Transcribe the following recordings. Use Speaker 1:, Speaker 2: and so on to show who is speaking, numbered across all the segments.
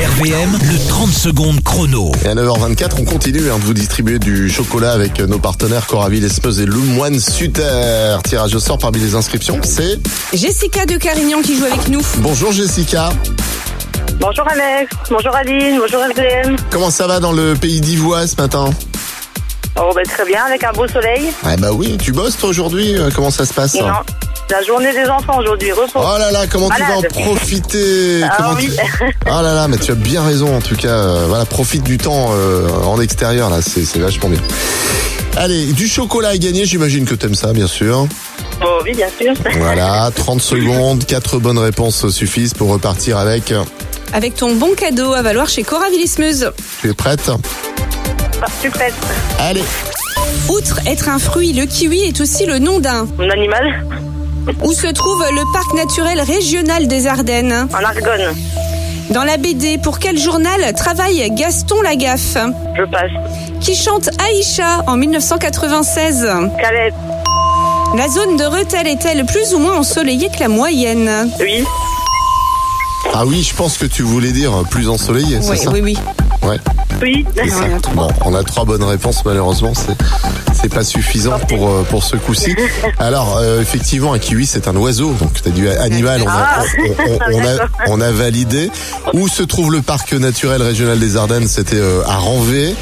Speaker 1: RVM, le 30 secondes chrono.
Speaker 2: Et à 9h24, on continue hein, de vous distribuer du chocolat avec euh, nos partenaires Coraville, Esmeuse et Le Moine Sutter. Tirage au sort parmi les inscriptions, c'est...
Speaker 3: Jessica de Carignan qui joue avec nous.
Speaker 2: Bonjour Jessica,
Speaker 4: Bonjour Alex, bonjour Aline, bonjour FDM.
Speaker 2: comment ça va dans le pays d'Ivoire ce matin
Speaker 4: Oh ben très bien, avec un beau soleil.
Speaker 2: Ah bah oui, tu bosses toi aujourd'hui, euh, comment ça se passe
Speaker 4: Non, la journée des enfants aujourd'hui, repos.
Speaker 2: Oh là là, comment
Speaker 4: Malade.
Speaker 2: tu vas en profiter
Speaker 4: Ah
Speaker 2: Comment
Speaker 4: oui.
Speaker 2: tu- Ah là là, mais tu as bien raison en tout cas. euh, voilà, profite du temps euh, en extérieur là, c'est c'est vachement bien. Allez, du chocolat à gagner, j'imagine que t'aimes ça, bien sûr.
Speaker 4: Oh oui, bien sûr.
Speaker 2: Voilà, 30 secondes, 4 bonnes réponses suffisent pour repartir avec.
Speaker 3: Avec ton bon cadeau à valoir chez Cora Villismeuse.
Speaker 2: Tu es prête
Speaker 4: Tu prête.
Speaker 2: Allez,
Speaker 3: Outre être un fruit, le kiwi est aussi le nom d'un.
Speaker 4: Mon animal,
Speaker 3: Où se trouve le parc naturel régional des Ardennes
Speaker 4: en argonne.
Speaker 3: Dans la BD, pour quel journal travaille Gaston Lagaffe
Speaker 4: Je passe.
Speaker 3: Qui chante Aïcha en 1996
Speaker 4: Calais,
Speaker 3: La zone de Rethel est-elle plus ou moins ensoleillée que la moyenne
Speaker 4: oui.
Speaker 2: ah oui, je pense que tu voulais dire plus ensoleillé, c'est
Speaker 3: Oui,
Speaker 2: ça
Speaker 3: oui, oui.
Speaker 2: Ouais,
Speaker 4: Oui.
Speaker 2: c'est ça.
Speaker 3: on a trois.
Speaker 2: Bon, on a trois bonnes réponses, malheureusement, c'est c'est pas suffisant pour euh, pour ce coup-ci. Alors, euh, effectivement, un kiwi, c'est un oiseau, donc t'as du animal, on a,
Speaker 4: Ah.
Speaker 2: on, on- on a,
Speaker 4: D'accord.
Speaker 2: on a validé. Où se trouve le parc naturel régional des Ardennes C'était euh, à Ranvée.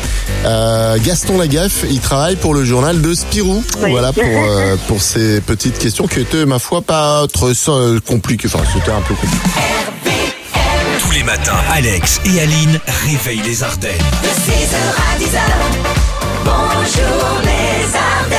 Speaker 2: Euh, Gaston Lagaffe, il travaille pour le journal de Spirou.
Speaker 4: Oui.
Speaker 2: Voilà pour euh, pour ces petites questions qui étaient, ma foi, pas trop euh, compliquées. Enfin, c'était un peu compliqué.
Speaker 1: Tous les matins, Alex et Aline réveillent les Ardennes.
Speaker 5: De 6h à 10h, bonjour les Ardennes.